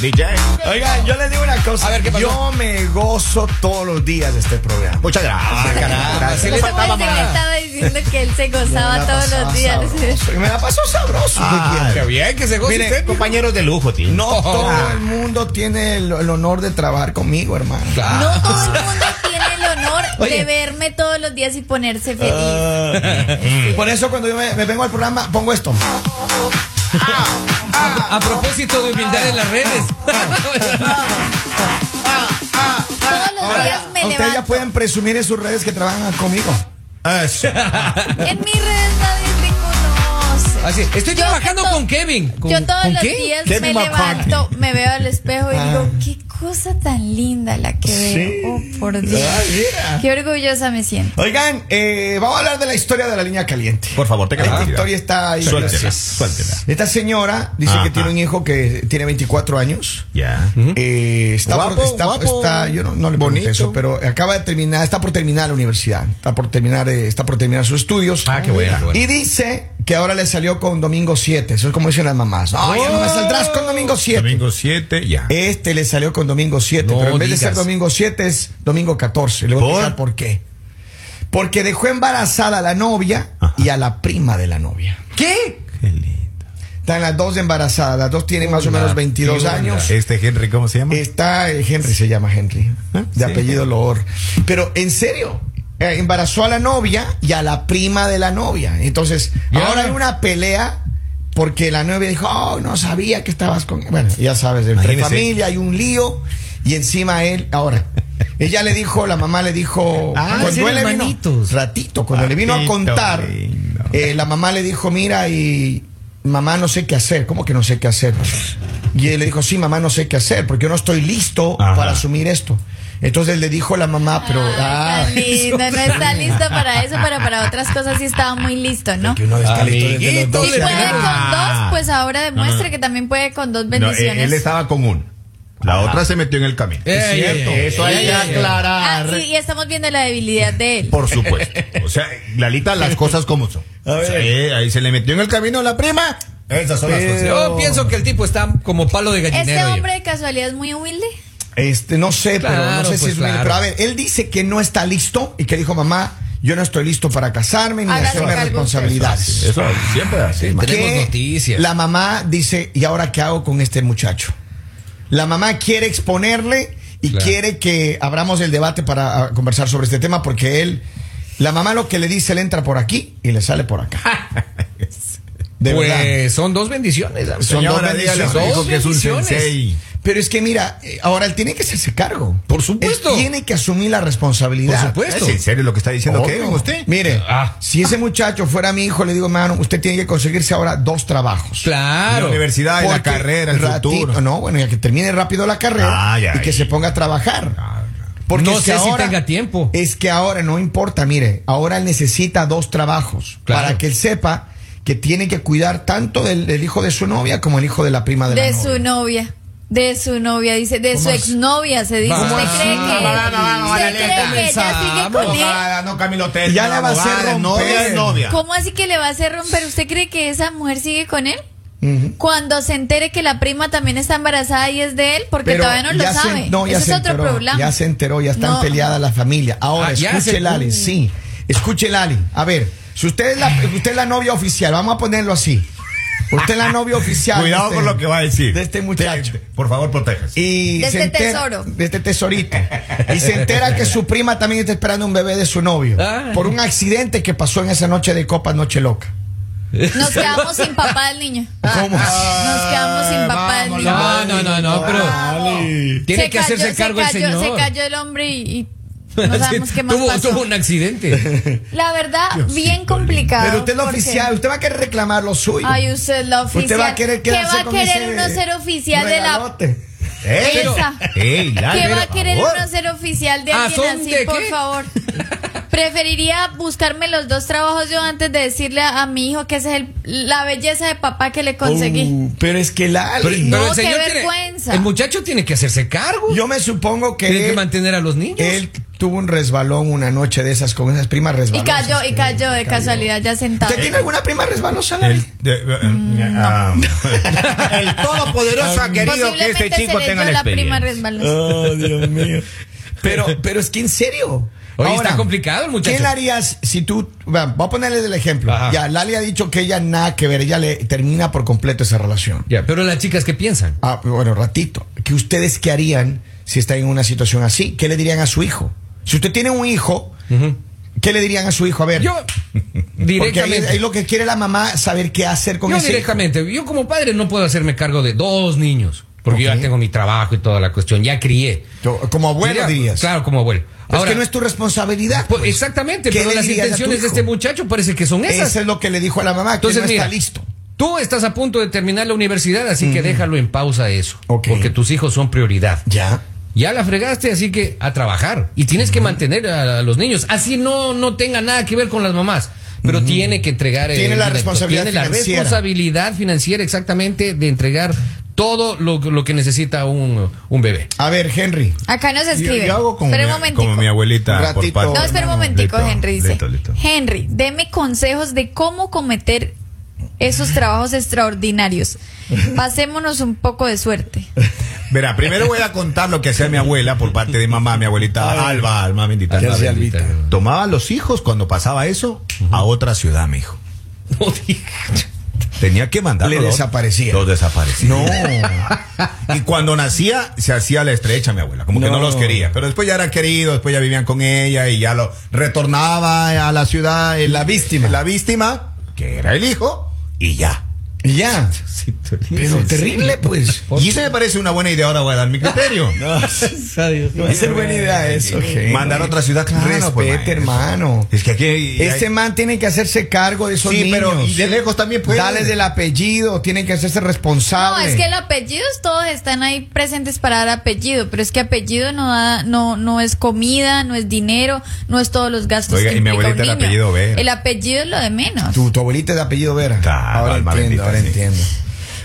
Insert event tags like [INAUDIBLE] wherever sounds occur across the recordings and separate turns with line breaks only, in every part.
DJ.
Oiga, yo les digo una cosa.
A ver, ¿qué pasó?
Yo me gozo todos los días de este programa.
Muchas gracias.
Ah, caramba.
Gracias.
¿Qué
le
le
faltaba
¿Cómo es que
más?
le estaba diciendo que él se gozaba
Me la
todos
pasaba
los días? [LAUGHS]
sabroso. Me la pasó sabroso. ¿qué
Ah,
quieres?
qué bien que se goce
Mire,
usted, compañeros de lujo, tío.
No todo
Ah,
el mundo tiene el, el honor de trabajar conmigo, hermano.
No todo el [LAUGHS] mundo tiene el honor
Oye.
de verme todos los días y ponerse feliz.
Mm.
Por eso cuando yo me, me vengo al programa pongo esto.
A propósito de humildad en las redes.
todos los
Ahora,
días me
ustedes ya
levanto.
pueden presumir en sus redes que trabajan conmigo.
eso.
En mis redes nadie me conoce.
Así, Ah, estoy
Yo
trabajando
que to-
con Kevin. ¿Con,
Yo todos
¿con
los
qué?
días
Kevin
me
McCartney.
levanto, me veo al espejo y
Ah.
digo, qué cosa tan linda la que veo. Oh, por Dios.
Ah, [LAUGHS] mira.
Qué orgullosa me siento.
Oigan, eh, vamos a hablar de la historia de la línea caliente.
Por favor, te
La
calentidad.
historia Ah, está ahí.
Suéltela,
gracias.
suéltela.
Esta señora dice
Ajá.
que tiene un hijo que tiene 24 años.
Ya.
Eh, está
¿Mm? Guapo,
por, está,
guapo.
está- yo no, no le pregunté
Bonito.
eso, pero acaba de terminar, está por terminar la universidad, está por terminar, eh, está por terminar sus estudios.
Ah, qué bueno, qué bueno.
Y dice que ahora le salió con domingo 7, eso es como dicen las mamás. No, ya
¡Oh!
no me saldrás con domingo 7.
Domingo 7, ya.
Este le salió con domingo 7,
No
pero en vez de
digas.
ser domingo 7 es domingo 14. Le voy
¿Por?
a explicar por qué. Porque dejó embarazada a la novia
Ajá.
y a la prima de la novia.
¿Qué?
Qué lindo. Ah,
Están las dos embarazadas, las dos tienen más o menos 22 años.
Este Henry, ¿cómo se llama?
Está eh, Henry, se llama Henry,
Ah,
de
sí.
apellido Loor. Pero en serio, eh, embarazó a la novia y a la prima de la novia. Entonces,
¿Y ahora?
ahora hay una pelea porque la novia dijo, oh, no sabía que estabas con... Bueno, ya sabes, entre
Imagínese.
familia hay un lío y encima él, ahora... Ella le dijo, la mamá le dijo,
Ah, sí,
él le vino-
hermanitos.
ratito, cuando le vino a
Ratito,
contar,
lindo.
eh, la mamá le dijo, mira, y mamá no sé qué hacer, ¿cómo que no sé qué hacer? Y él le dijo, sí, mamá no sé qué hacer, porque yo no estoy listo
Ajá.
para asumir esto. Entonces le dijo la mamá, pero... ah,
Ay, lindo, no está listo para eso, pero para otras cosas sí estaba muy listo, ¿no?
que uno está listo desde los
Amiguito,
Si
doce
puede
años.
con
Ah.
dos, pues ahora demuestre que también puede con dos
No, él,
bendiciones.
él estaba con uno. La otra se metió en el camino.
Eh, eh, eh,
Eso
eh,
hay
eh,
que
eh,
Ah,
aclarar.
y, y estamos viendo la debilidad de él.
Por supuesto. O sea, Lalita, las cosas como son.
A ver.
Sí, ahí se le metió en el camino la prima. Eh, Esas son las
Pero-
cosas.
Yo pienso que el tipo está como palo de gallinero.
Este
yo.
hombre de casualidad es muy humilde.
Este, no sé, pero no
Claro,
sé si
pues,
es humilde,
claro.
Pero a ver, él dice que no está listo y que dijo, mamá, yo no estoy listo para casarme ni
Hágase
hacerme
cargo usted".
responsabilidades.
Eso siempre es así. man.
Tenemos
que
noticias.
La mamá dice, ¿y ahora qué hago con este muchacho? La mamá quiere exponerle y
Claro.
quiere que abramos el debate para ah, conversar sobre este tema porque él, la mamá lo que le dice, le entra por aquí y le sale por
[LAUGHS]
acá. De
pues
verdad.
son dos bendiciones.
Son dos
Señora, dígale a su
bendiciones.
hijo que es un
bendiciones.
sensei.
Pero es que mira, eh, ahora él tiene que hacerse cargo.
Por supuesto.
Él tiene que asumir la responsabilidad.
Por supuesto.
¿Es en serio lo que está diciendo
Obvio.
Kevin usted?
Mire,
Ah.
si ese muchacho fuera mi hijo, le digo, mano, usted tiene que conseguirse ahora dos trabajos.
La
Claro.
universidad y Ah, la
Porque
carrera, el
ratito-
futuro.
No, bueno, ya que termine rápido la carrera
Ah, ya,
y que
ya.
se ponga a trabajar.
Ah, claro.
Porque
No
es que
sé si tenga tiempo.
Es que ahora no importa, mire, ahora él necesita dos trabajos
Claro.
para que él sepa que tiene que cuidar tanto del, del hijo de su novia como el hijo de la prima de,
De
la
su
novia.
novia. De su novia, dice. De su
¿Cómo
exnovia, se dice.
¿Cómo
¿Usted
así?
cree
No,
que,
no, no,
no,
usted
Valeta,
cree que ella sigue con él?
Abogada, no Camilo Tello,
Ya le va a hacer
abogada, novia
romper.
es novia.
¿Cómo así que le va a hacer romper? ¿Usted cree que esa mujer sigue con él?
Ujú.
Cuando se entere que la prima también está embarazada y es de él, porque
Pero
todavía no lo
ya se-
sabe.
no, ya
Ese
se
es otro
enteró,
problema.
Ya se enteró, ya están
No. Mm.
peleadas la familia. Ahora,
Ah, ya
escuche
se-
Lali, sí. Escuche Lali. A ver, si usted es, la, usted es la novia oficial, vamos a ponerlo así. Usted es la novia oficial.
Cuidado
de
con
este-
lo que va a decir.
De este muchacho.
Por favor, protéjese.
Y
De
se
este
entera-
tesoro.
De este tesorito. Y se entera que su prima también está esperando un bebé de su novio.
Ay.
Por un accidente que pasó en esa noche de copa, noche loca.
Nos quedamos sin papá del niño.
¿Cómo?
Nos quedamos sin papá del niño.
No, no, no, no, pero
¿Eh?
tiene
Se
que
cayó,
hacerse
se
cargo
cayó,
el señor.
Se cayó el hombre y, y
[LAUGHS]
no sabemos qué más
tuvo,
pasó.
tuvo
[LAUGHS]
un accidente.
La verdad, bien complicado.
Pero usted es la
porque-
oficial, usted va a querer reclamar lo suyo.
Ay, usted es la oficial.
Usted va a querer
¿Qué
quedarse
va a
con
querer
ese
uno ser oficial de la...
regalote?
Ey,
Esa.
ey, Lali,
¿Qué va a
por
querer
favor.
uno ser oficial de
Ah,
alguien
¿son
así,
de
por
qué? [LAUGHS]
favor? Preferiría buscarme los dos trabajos yo antes de decirle a, a mi hijo que esa es el- la belleza de papá que le conseguí.
Uh, pero es que Lali.
No,
Pero el
qué
señor tiene-
vergüenza.
el muchacho tiene que hacerse cargo.
yo me supongo que,
tiene que
él,
mantener a los niños.
él tuvo un resbalón una noche de esas con esas primas
Y
resbalosas.
cayó, y cayó de casualidad ya sentado.
¿Usted tiene alguna prima resbalosa? Larry?
El, de-
Mm,
ah,
eh, [LAUGHS] El todopoderoso
[LAUGHS]
ha querido que este
Posiblemente
chico
seré
tenga
yo
la
la
experiencia.
prima
Eh,
resbalosa.
Pero, pero es que en serio.
Oye, está complicado el muchacho.
¿Qué le harías si tú. va, Voy a ponerle el ejemplo.
Ajá.
Ya, Lali ha dicho que ella nada que ver, ella le termina por completo esa relación.
Ya, pero las chicas, ¿qué piensan?
Ah, bueno, ratito. ¿Que ustedes qué harían si están en una situación así? ¿Qué le dirían a su hijo? Si usted tiene un hijo, ¿qué le dirían a su hijo? A ver.
Yo,
[LAUGHS] Porque ahí,
directamente.
ahí lo que quiere la mamá saber qué hacer con
Yo
ese hijo.
directamente, yo como padre no puedo hacerme cargo de dos niños, porque yo
Ok.
ya tengo mi trabajo y toda la cuestión, ya crié.
Yo, Como abuelo
Diría-
dirías.
Claro, como abuelo.
Pero es que no es tu responsabilidad.
Pues,
pues.
exactamente,
¿Qué
pero
le
las
dirías a tu
intenciones
hijo?
de este muchacho parece que son esas.
Eso es lo que le dijo a la mamá, que
Entonces,
no
mira,
está listo.
tú estás a punto de terminar la universidad, así que déjalo en pausa eso,
Ok.
porque tus hijos son prioridad.
Ya.
Ya la fregaste, así que a trabajar. Y tienes que mantener a, a los niños. Así no, no tenga nada que ver con las mamás. Pero tiene que entregar. eh,
Tiene la responsabilidad
Tiene la
financiera.
responsabilidad financiera, exactamente, de entregar todo lo, lo que necesita un, un bebé. [LAUGHS]
A ver, Henry.
Acá nos
yo,
escribe.
yo hago como,
Espera un
mi,
momentico.
como mi
Un
abuelita por
ratito.
parte.
No, espera un
No,
momentico,
listo,
Henry. dice.
Listo, listo.
[LAUGHS] Henry, deme consejos de cómo cometer esos trabajos extraordinarios. Pasémonos un poco de suerte.
Verá, primero voy a contar lo que hacía mi abuela por parte de mamá, mi abuelita Alba, Alma bendita.
¿Qué
Alma
hacía
bendita.
Albita?
Tomaba a los hijos cuando pasaba eso a otra ciudad, mi hijo.
No diga.
Tenía que mandarlo.
Le desaparecía.
Los desaparecía.
No.
[LAUGHS] Y cuando nacía, se hacía la estrecha mi abuela, como que no
No.
los quería. Pero después ya eran queridos, después ya vivían con ella y ya lo retornaba a la ciudad. el-
La víctima.
La víctima, que era el hijo, y ya.
Y ya. Pero
Sí,
terrible, pues.
Y eso me parece una buena idea, ahora voy a dar mi [LAUGHS] criterio.
Esa es buena idea eso, Henry.
Mandar a otra ciudad, claro,
Respete,
pues, maestro.
hermano.
Es que aquí...
Este
hay-
man tiene que hacerse cargo de esos
Sí,
niños.
pero y de lejos también puede.
Dale del apellido, tienen que hacerse
No,
responsable.
es que los apellidos todos están ahí presentes para dar apellido, pero es que apellido no da, no, no es comida, no es dinero, no es todos los gastos.
Oiga,
que
y mi
implica
abuelita
un
era
niño.
apellido Vera.
El apellido es lo de menos.
Tu, tu abuelita es de apellido Vera.
Claro,
ahora
alma
entiendo,
bendita,
ahora
sí.
entiendo.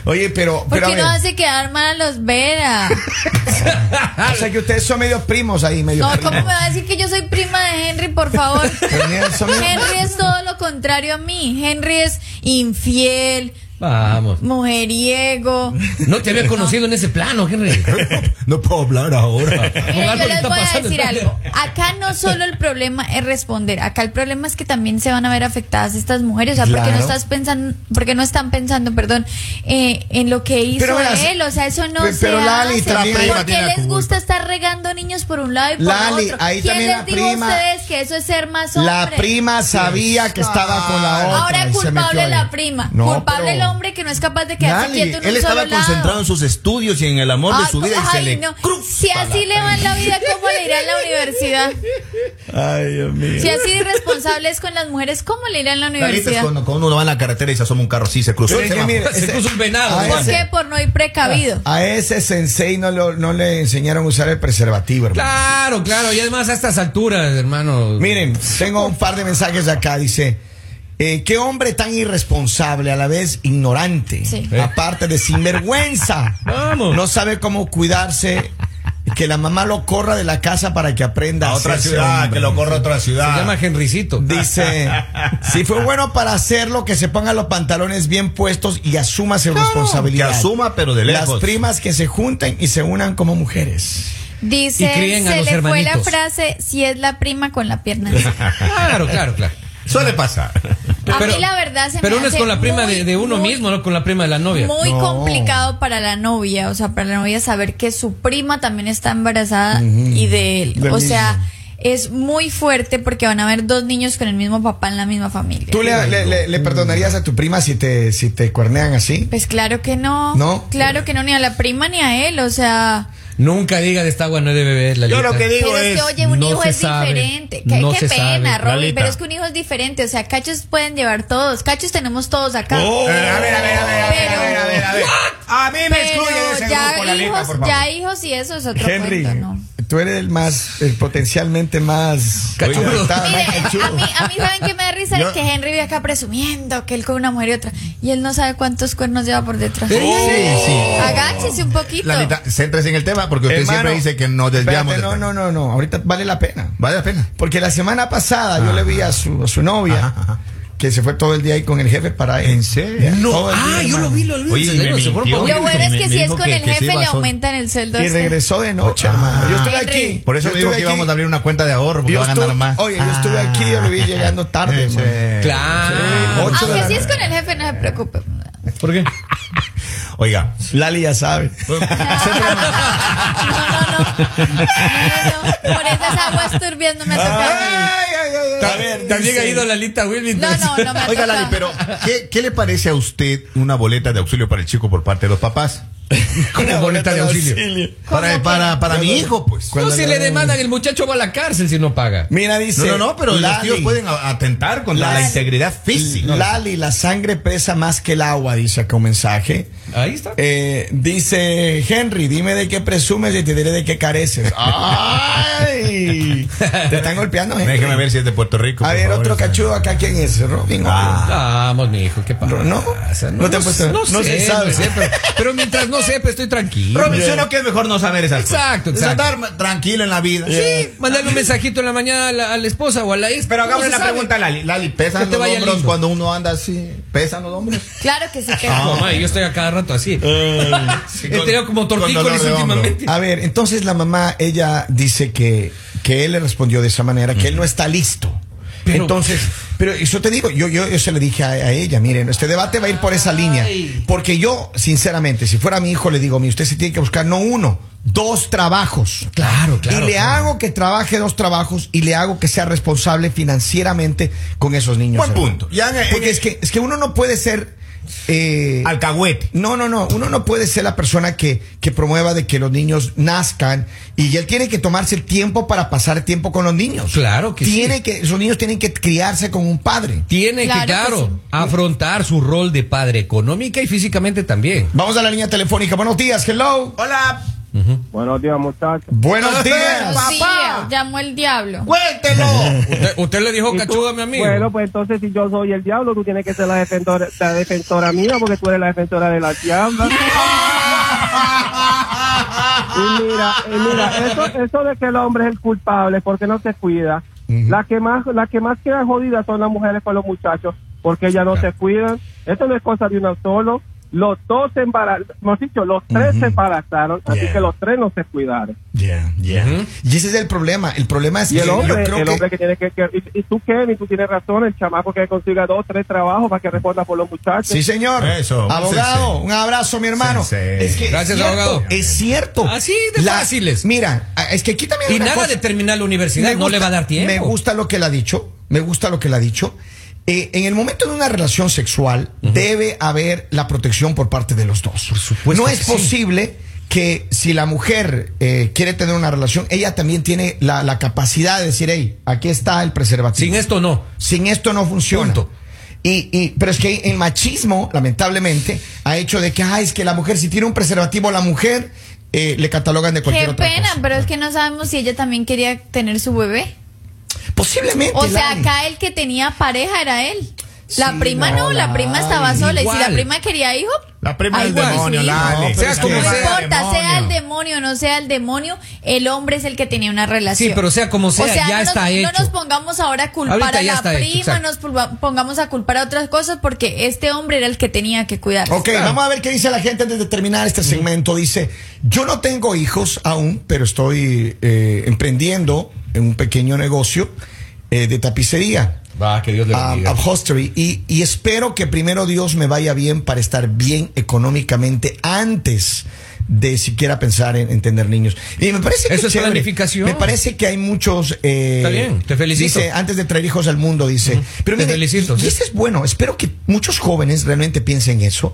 Oye, pero.
¿Por
pero a
qué no
ver,
hace quedar mal a los Vera?
O sea que ustedes son medio primos ahí, medio
No,
primos.
¿cómo me va a decir que yo soy prima de Henry,
[LAUGHS]
por favor?
Pero Pues mira, son-
Henry es todo lo contrario a mí. Henry es infiel,
[LAUGHS]
Vamos.
mujeriego.
No te había conocido en ese plano, Henry.
No puedo hablar ahora.
Con
Mira,
algo
yo
le
les
está
voy a
pasando,
decir
está
algo. Acá no solo el problema es responder, acá el problema es que también se van a ver afectadas estas mujeres, o sea, porque no
Claro.
estás pensando, porque no están pensando, perdón, eh, en lo que hizo
Pero verás,
él, o sea, eso no
pe-
se
pero Lali,
hace.
también hay-
¿Por qué
tiene la
les
culpa.
gusta estar regando niños por un lado y por
Lali,
otro?
ahí
¿Quién
también
les
la
dijo
prima-
a ustedes que eso es ser más hombre?
La prima sabía que estaba con la otra.
Ahora
y se metió
culpable
ahí.
la prima,
No,
culpable
pero-
el hombre que no es capaz de quedarse
Lali,
quieto en
Él
un
estaba
solo lado.
concentrado en sus estudios y en el amor de
Ay,
su vida y
ay,
se le
no.
cruza
Si así le va en la vida, ¿cómo le irá en la universidad?
Ay, Dios mío.
Si así de irresponsables con las mujeres, ¿cómo le irá en la
Clarita es
universidad?
cuando, cuando uno va en la carretera y se asoma un carro, sí, se cruzó. el
Pero es que
semáforo.
mire,
Se puso un venado,
a
¿no?
¿Por
ese-
qué? Por no ir precavido.
A ese sensei no, lo- no le enseñaron a usar el preservativo, hermano.
Claro, claro. Y además a estas alturas, hermano.
Miren, tengo un par de mensajes de acá. Dice: eh, ¿Qué hombre tan irresponsable, a la vez ignorante?
Sí.
Aparte
[LAUGHS]
de sinvergüenza.
Vamos.
No sabe cómo cuidarse. Que la mamá lo corra de la casa para que aprenda
a otra
hacerse
ciudad,
hombre.
que lo corra a otra
Se
ciudad.
llama Henrycito.
Dice, si fue bueno para hacerlo, que se ponga los pantalones bien puestos y asuma su responsabilidad.
que asuma, pero de
Las
lejos.
primas que se junten y se unan como mujeres.
Dice,
Y críen a
se
los
le fue la
hermanitos.
frase, si es la prima con
[LAUGHS]
la pierna. A
Ah, Claro, claro, claro.
Suele [LAUGHS] pasar.
mí la verdad se
Pero
me
uno es
hace
con la prima
muy,
de, de uno
muy,
mismo, no con la prima de la novia.
Muy
No.
complicado para la novia, o sea, para la novia saber que su prima también está embarazada y de él.
Del
o sea,
mismo.
es muy fuerte porque van a haber dos niños con el mismo papá en la misma familia.
¿Tú le, le- le- le perdonarías a tu prima si te, si te cuernean así?
Pues claro que no.
¿No?
Claro que no, ni a la prima ni a él, o sea...
Nunca diga de esta agua no he de beber.
Yo
Lalita.
lo que digo
Pero es
es.
que, oye, un
no
hijo
se
es
sabe,
diferente. Qué,
no
qué
se
pena,
sabe.
Robin,
Lalita.
pero es que un hijo es diferente. O sea, cachos pueden llevar todos. Cachos tenemos todos acá.
Oh. Ah, Eh, a ver, a ver, a ver, a ver, a ver, a ver, a ver. A mí me
Pero
excluye de ese
ya
grupo, Lalita,
hijos,
por favor.
ya hijos y eso es otro
Henry,
cuento, ¿no?
tú eres el más, el potencialmente más
Cachudo.
conectado,
Mire,
más cachudo.
a mí, a mí saben que me da risa
Yo-
es que Henry vive acá presumiendo que él con una mujer y otra y él no sabe cuántos cuernos lleva por detrás.
Sí, sí.
Agáchese un poquito.
La mitad, céntrese en el tema porque usted
Hermano,
siempre dice que nos desviamos.
espérate,
del
no, no,
tema.
no, no. Ahorita vale la pena.
Vale la pena.
Porque la semana pasada yo le vi a su, a su novia
Ajá, ajá.
que se fue todo el día ahí con el jefe para
¿En serio?
Ya, todo
No,
el día,
ah, yo lo
hermano.
vi, lo vi.
Oye,
Se
me
fueron por
mintió.
un-
Lo bueno es
Me-
que
me
si es
dijo
con
que-
el
que se
jefe le
iba solo.
aumentan el sueldo. a
Y
usted.
regresó de noche,
Ah.
hermano. Yo estuve
Henry.
aquí.
Por eso
Yo
me digo
estuve
que
aquí.
íbamos a abrir una cuenta de ahorro porque
Yo
van a ganar
estuve-
más.
Oye, yo estuve
Ah.
aquí y yo lo vi llegando tarde,
Sí,
hermano.
sí.
Claro.
Ocho de
Aunque
la
si es con el jefe no se preocupe. [LAUGHS]
¿Por qué?
[LAUGHS] Oiga,
Lali ya sabe.
No, no, no. No, no. Por esas aguas turbias no me ha tocado.
También también ha ido la lista Wilmington.
No, no, no me ha
Oiga, Lali, pero
tocado.
¿qué, ¿qué le parece a usted una boleta de auxilio para el chico por parte de los papás?
[LAUGHS] Como boleta de auxilio.
¿Cómo
Para,
que?
para, para mi hijo, pues.
No, si le demandan, el muchacho va a la cárcel si no paga.
Mira, dice.
No, no, no, pero los
Lali,
tíos pueden a- atentar contra la
Lali.
integridad física.
Lali, la sangre pesa más que el agua, dice acá un mensaje.
Ahí está.
Eh, dice Henry, dime de qué presumes y te diré de
[LAUGHS]
qué careces. ¡Ay! [LAUGHS] Te están golpeando, Henry.
Déjeme ver si es de Puerto Rico.
A
por
ver,
favor,
otro
esa-
cachudo acá, ¿quién es? Robin.
Ah.
Vamos, mi hijo, ¿qué pasa?
No, no, no te han puesto-
No,
no
sé,
se sabe.
no sé, pero, pero mientras no sepa, estoy tranquilo.
Robinson, que es mejor no saber esas cosas.
Exacto,
Es
exacto.
andar tranquilo en la vida.
Sí, mandale un mensajito en la mañana a la, a la esposa o a la ex.
Pero hagámosle
¿Cómo
la
se sabe?
pregunta a Lali. Lali, ¿pesan
Que te
los
vaya
hombros
lindo.
cuando uno anda así? ¿Pesan los
[LAUGHS]
hombros?
Claro que sí que
Ah.
No, mamá, yo estoy a cada rato así.
Eh,
[LAUGHS]
Sí,
He
con-
tenido como
con dolor
tortícolis
de hombro.
últimamente.
A ver, entonces la mamá, ella dice que, que él le respondió de esa manera, que él no está listo.
Pero-
Entonces, pero eso te digo, yo, yo, yo se le dije a, a ella, miren, este debate va a ir por esa línea. Porque yo, sinceramente, si fuera mi hijo, le digo, mi usted se tiene que buscar no uno, dos trabajos.
Claro, claro,
Y le
claro.
hago que trabaje dos trabajos y le hago que sea responsable financieramente con esos niños.
Buen
hermano.
punto. Ya eh, en- en-
Porque es que, es que uno no puede ser... eh,
Alcahuete.
no, no, no. Uno no puede ser la persona que, que promueva de que los niños nazcan y él tiene que tomarse el tiempo para pasar tiempo con los niños.
Claro que sí.
tiene que Esos niños tienen que criarse con un padre.
Tiene
Claro
que,
que
claro,
sí.
afrontar su rol de padre económica y
[LAUGHS]
físicamente también.
Vamos a la línea telefónica. Buenos días, hello.
Hola,
Buenos días, muchachos.
Buenos días.
Sí,
papá.
llamó el diablo.
cuéntelo.
Usted, usted le dijo
Y tú-
cachuda a mi amigo.
Bueno, pues entonces si yo soy el diablo, tú tienes que ser la defensora, la defensora mía, porque tú eres la defensora de la diabla. y mira, y mira, eso, eso de que el hombre es el culpable, porque no se cuida. Las que más, las que más quedan jodidas son las mujeres con los muchachos, porque ellas no
Claro.
se cuidan. Esto no es cosa de uno solo. Los dos se embarazaron, hemos dicho, los tres se embarazaron, así
Yeah.
que los tres no se cuidaron.
Yeah, yeah.
Ujú.
Y ese es el problema. El problema es
Y
que
el hombre,
yo creo
el
que
hombre que tiene que, que- y, y tú Kevin, tú tienes razón, el chamaco que consiga dos, tres trabajos para que responda por los muchachos.
Sí, señor.
Eso, un
Abogado,
sensei.
un abrazo, mi hermano.
Sensei.
Es que
Gracias,
es cierto,
abogado.
Es cierto.
Así de fáciles.
Mira, a- es que aquí también. hay
Y
una
nada
cosa.
de terminar la universidad,
Me
no le
gusta-
va a dar tiempo.
Me gusta lo que él ha dicho. Me gusta lo que él ha dicho. Eh, en el momento de una relación sexual debe haber la protección por parte de los dos. Por
supuesto
No
que
es
sí.
posible que si la mujer eh, quiere tener una relación, ella también tiene la, la capacidad de decir, hey, aquí está el preservativo.
Sin esto no.
Sin esto no funciona.
Punto.
Y, y- pero es que el machismo, lamentablemente, ha hecho de que, ah, es que la mujer, si tiene un preservativo, la mujer eh, le catalogan de cualquier
Qué
otra
pena,
cosa.
pero es que no sabemos si ella también quería tener su bebé.
Posiblemente.
O sea,
Lali.
acá el que tenía pareja era él. La
Sí,
prima no,
no,
la prima estaba
Lali,
sola. Y si
igual.
la prima quería hijo,
La prima
ahí
del
tiene su
demonio,
hijo.
Lali.
No, pero
Es
sea como
que
sea.
vaya
importa,
demonio.
sea el demonio o no sea el demonio, el hombre es el que tenía una relación.
Sí, pero sea como sea, ya
no
está
nos,
hecho.
No nos pongamos ahora a culpar
Ahorita
a
ya
la
está
prima,
hecho, exacto.
nos pulva- pongamos a culpar a otras cosas porque este hombre era el que tenía que cuidar.
Ok, vamos a ver qué dice la gente antes de terminar este segmento. Dice, yo no tengo hijos aún, pero estoy eh, emprendiendo en un pequeño negocio eh, de tapicería,
Va, que Dios le
ah,
bendiga.
upholstery, y, y espero que primero Dios me vaya bien para estar bien económicamente antes de siquiera pensar en, en tener niños. Y me parece que
Eso es
chévere.
planificación.
Me parece que hay muchos... eh,
Está bien, te felicito.
Dice, antes de traer hijos al mundo, dice. Pero
Te
mire,
felicito,
y-
sí.
y ese es bueno. Espero que muchos jóvenes realmente piensen eso.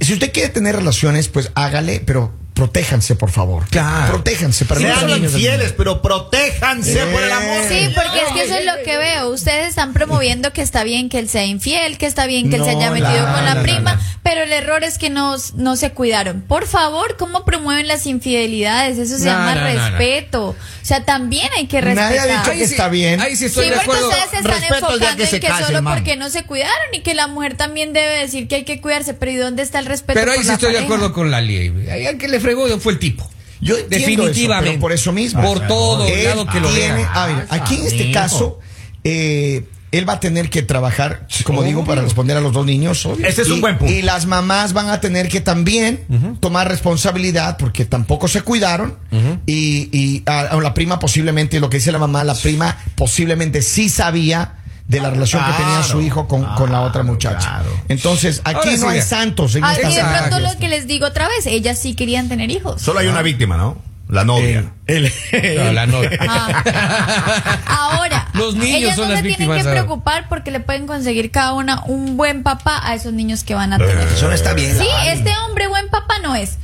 Si usted quiere tener relaciones, pues hágale, pero protéjanse, por favor.
Claro.
Protéjanse, permitan
Sean
a niños de-
infieles, pero protéjanse
Eh.
por el amor.
Sí, porque es que eso es lo que veo. Ustedes están promoviendo que está bien que él sea infiel, que está bien que él se
No,
haya metido
no,
con la
no, no,
prima,
no.
pero el error es que no, no se cuidaron. Por favor, ¿cómo promueven las infidelidades? Eso se
No,
llama
no, no, no.
respeto. O sea, también hay que
Nadie ha
respetar.
dicho que está bien.
Ahí sí
Sí,
estoy de
porque
acuerdo.
ustedes se están
Respeto el día
enfocando
que se
en que
case,
solo
hermano.
porque no se cuidaron y que la mujer también debe decir que hay que cuidarse, pero ¿y dónde está el respeto?
Pero ahí
por
sí
la
estoy de
pareja?
acuerdo con Lali. Ahí al que le fregó fue el tipo.
Yo entiendo
Definitivamente.
eso, pero por eso mismo.
Por todo
Él
el lado que lo
tiene-
vea. Ah,
a ver, aquí en este
amigo.
caso, eh, él va a tener que trabajar, como digo, para responder a los dos niños. obvio.
Ese es un
Y-
buen punto.
Y las mamás van a tener que también tomar responsabilidad porque tampoco se cuidaron. Y, y a, a la prima posiblemente, lo que dice la mamá, la prima posiblemente sí sabía de la relación que tenía su
Ah, Claro,
hijo con, con la otra
claro,
muchacha.
claro.
Entonces, aquí
Ahora sí,
no hay
ya.
santos en
Ah,
esta
y de pronto
saga.
lo que les digo otra vez, ellas sí querían tener hijos.
Solo hay una víctima, ¿no? La novia.
Pero la novia.
Ah. Ahora,
[LAUGHS] Los niños
ellas
son
no
las
se
víctimas
tienen que
ahora.
preocupar porque le pueden conseguir cada una un buen papá a esos niños que van a tener.
Eso no está bien.
Sí, este hombre buen papá no es.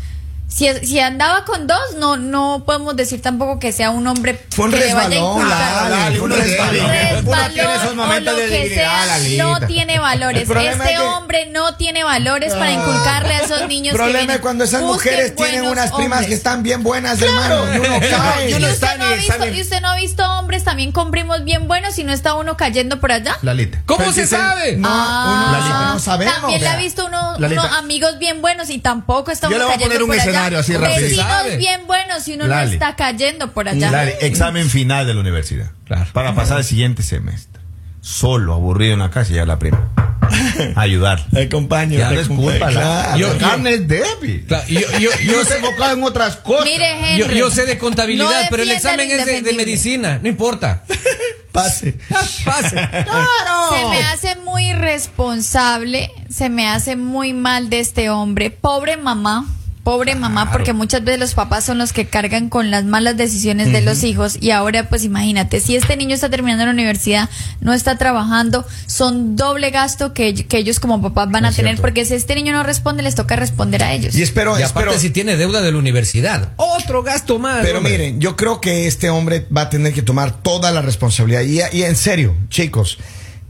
Si, es- si andaba con dos, no no podemos decir tampoco que sea un hombre
Fue un
que le vaya a
resbalón,
inculcar.
Lali, fue un
Uno es
resbalón.
débil. Uno tiene esos
Resbalón o
momentos
lo
de
que sea,
debilidad, Lalita.
no tiene valores.
El problema
Este
es que-
hombre no tiene valores para inculcarle a esos niños.
El
que
problema es
vienen.
cuando esas
Busquen
mujeres tienen
buenos
unas primas que
hombres.
están bien buenas, hermano.
[LAUGHS]
Y uno cae.
Y
Yo no
usted
está
no ha
ni-
visto-
está ni-
y usted no ha visto hombres también con primos bien buenos y no está uno cayendo por allá.
Lalita.
¿Cómo se sabe?
No, uno no
Ah,
sabe, no sabemos.
También le ha visto uno,
Lalita.
unos amigos bien buenos y tampoco está
Yo
uno
le voy a
cayendo
poner un
por allá.
escenario así rapidito.
Sabe.
Vecinos bien buenos y uno
Lali.
no está cayendo por allá.
Lali, examen final de la universidad.
Claro.
Para pasar el siguiente semestre. Solo, aburrido en la casa, ya la prima. Ayudar.
acompaño.
Ya no es culpa. la-
Yo-
la
yo-
carne es débil.
Claro, y yo, yo- yo sé,
enfocado en otras cosas.
Mire, Henry,
yo- yo sé de
no
contabilidad,
defienda
pero el
al
examen es de, de
indefendible.
medicina.
[LAUGHS]
No importa.
Pase.
Pase.
Se me hace muy irresponsable, se me hace muy mal de este hombre. Pobre mamá, pobre mamá, porque muchas veces los papás son los que cargan con las malas decisiones de los hijos. Y ahora, pues imagínate, si este niño está terminando la universidad, no está trabajando, son doble gasto que, que ellos como papás van a tener, porque si este niño no responde, les toca responder a ellos.
Y espero,
y aparte
espero.
si tiene deuda de la universidad. Otro gasto más.
Pero
hombre.
miren, yo creo que este hombre va a tener que tomar toda la responsabilidad. Y, y en serio, chicos,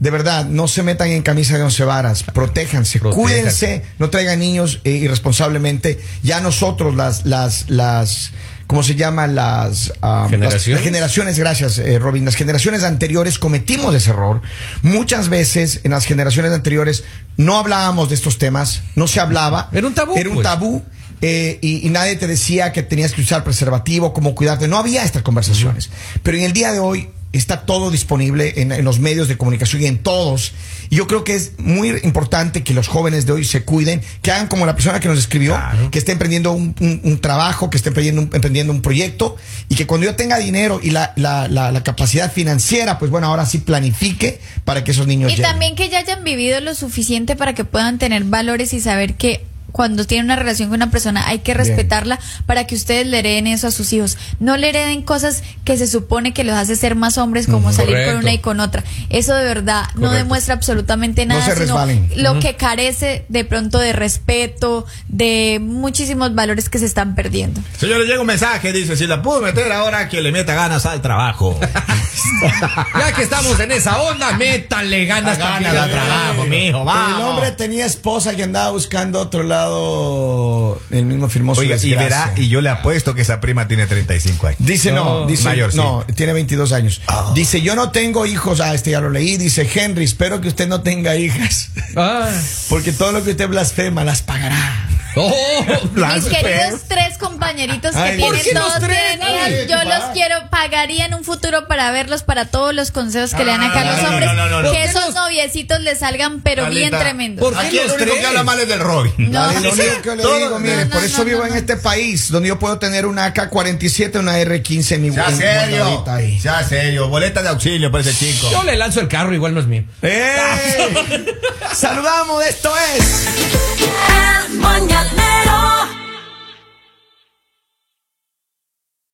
de verdad, no se metan en camisa de once varas. Protéjanse,
Protéjanse.
cuídense, no traigan niños eh, irresponsablemente. Ya nosotros, las, las, las, ¿cómo se llama? Las, ah, las-
¿Generaciones?
las generaciones, gracias, eh, Robin. Las generaciones anteriores cometimos ese error. Muchas veces en las generaciones anteriores no hablábamos de estos temas, no se hablaba.
Era un tabú,
Era un
pues.
tabú tabú, eh, y, y nadie te decía que tenías que usar preservativo, cómo cuidarte. No había estas conversaciones. Pero en el día de hoy está todo disponible en, en los medios de comunicación y en todos. Y yo creo que es muy importante que los jóvenes de hoy se cuiden, que hagan como la persona que nos escribió, que esté emprendiendo un, un- un trabajo, que esté emprendiendo un, emprendiendo un proyecto y que cuando yo tenga dinero y la, la- la- la capacidad financiera, pues bueno, ahora sí planifique para que esos niños
Y
lleguen.
también que ya hayan vivido lo suficiente para que puedan tener valores y saber que cuando tienen una relación con una persona hay que respetarla para que ustedes le hereden eso a sus hijos. No le hereden cosas que se supone que los hace ser más hombres como salir
Correcto.
con una y con otra. Eso de verdad no
Correcto.
demuestra absolutamente
No
nada,
se
sino
resbalen.
lo que carece de pronto de respeto, de muchísimos valores que se están perdiendo.
Señores, llega un mensaje, dice, si la pudo meter ahora que le meta ganas al trabajo.
Ya que estamos en esa onda, métale ganas también
Ganas
al
al trabajo,
trabajo.
mijo, vamos.
El hombre tenía esposa que andaba buscando otro lado. El mismo firmó su
Oiga, y
desgracia.
verá, y yo le apuesto que esa prima tiene 35 años.
Dice no,
No.
dice
Mayor, sí. Ah.
no, tiene 22 años. Dice yo no tengo hijos. Ah, este ya lo leí. Dice Henry, espero que usted no tenga hijas, [LAUGHS]
Ah.
porque todo lo que usted blasfema las pagará.
Oh,
Mis queridos tres compañeritos que
Ay, ¿por
tienen
qué
dos
los tres?
tienen
Ay,
hijas, yo
ay.
los quiero, pagaría en un futuro para verlos para todos los consejos que le
Ah,
dan acá a
no,
los
no,
hombres.
no, no, no, no.
Que
¿Por qué
esos
los-
noviecitos le salgan, pero bien
Lalita,
tremendos.
¿Por qué
Aquí el
los
único
tres?
que habla mal es del Robin.
No.
Dale, lo único que le
Todo-
digo, mire,
[LAUGHS] no,
por
no,
eso
no,
vivo
no,
en
no.
este país donde yo puedo tener una AK-47, una R-15 en mi
Sea
en mi
serio,
guardadita ahí.
sea serio. Boleta de auxilio para ese chico. [LAUGHS]
yo le lanzo el carro, igual no es mío.
¡Ey! Saludamos, esto es.